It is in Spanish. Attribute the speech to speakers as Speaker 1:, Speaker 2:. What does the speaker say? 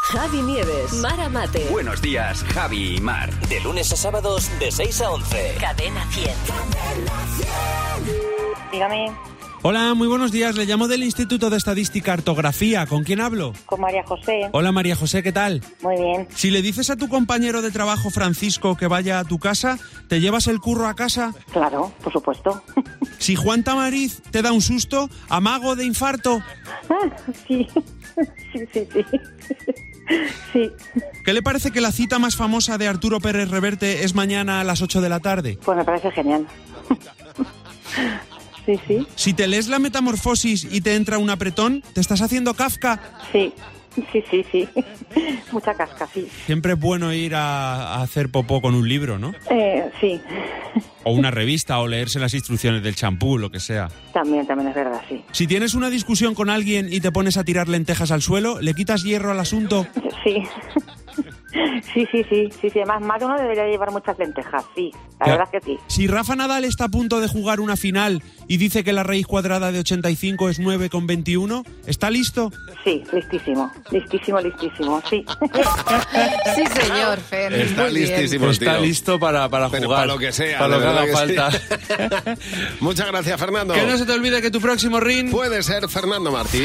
Speaker 1: Javi Nieves, Mara Mate,
Speaker 2: Buenos días, Javi y Mar.
Speaker 3: De lunes a sábados de 6 a 11.
Speaker 1: Cadena 100.
Speaker 4: Dígame,
Speaker 5: Hola, muy buenos días. Le llamo del Instituto de Estadística Cartografía. ¿Con quién hablo?
Speaker 4: con María José.
Speaker 5: Hola María José, ¿qué tal?
Speaker 4: Muy bien.
Speaker 5: Si le dices a tu compañero de trabajo Francisco que vaya a tu casa, ¿te llevas el curro a casa?
Speaker 4: Claro, por supuesto.
Speaker 5: Si Juan Tamariz te da un susto, amago de infarto.
Speaker 4: sí, sí, sí, sí. Sí,
Speaker 5: ¿Qué le parece que la cita más famosa de Arturo Pérez Reverte es mañana a las 8 de la tarde?
Speaker 4: pues me parece genial. Sí, sí,
Speaker 5: Si te lees la metamorfosis y te entra un apretón, te estás haciendo Kafka.
Speaker 4: sí, sí, sí, sí. Mucha casca, sí.
Speaker 5: Siempre es bueno ir a, a hacer popó con un libro, ¿no?
Speaker 4: Eh, sí,
Speaker 5: O una revista, o leerse las instrucciones del champú, lo que sea.
Speaker 4: también, también es verdad, sí.
Speaker 5: Si tienes una discusión con alguien y te pones a tirar lentejas al suelo, le quitas hierro al asunto.
Speaker 4: Sí. Sí, sí, sí, sí, sí. Además, más de uno debería llevar muchas lentejas, sí. La
Speaker 5: Claro.
Speaker 4: verdad es que sí.
Speaker 5: Si Rafa Nadal está a punto de jugar una final y dice que la raíz cuadrada de 85 es 9 con 21, ¿está listo?
Speaker 4: Sí, listísimo, listísimo, listísimo, sí.
Speaker 6: Sí, señor, Fer.
Speaker 7: Está
Speaker 6: muy bien.
Speaker 7: listísimo el
Speaker 8: Está
Speaker 7: tío.
Speaker 8: listo para, para
Speaker 7: Pero
Speaker 8: jugar.
Speaker 7: para lo que sea,
Speaker 8: Para
Speaker 7: de
Speaker 8: lo que
Speaker 7: verdad
Speaker 8: haga
Speaker 7: que
Speaker 8: falta.
Speaker 7: Muchas gracias, Fernando.
Speaker 5: Que no se te olvide que tu próximo ring...
Speaker 7: Puede ser Fernando Martí.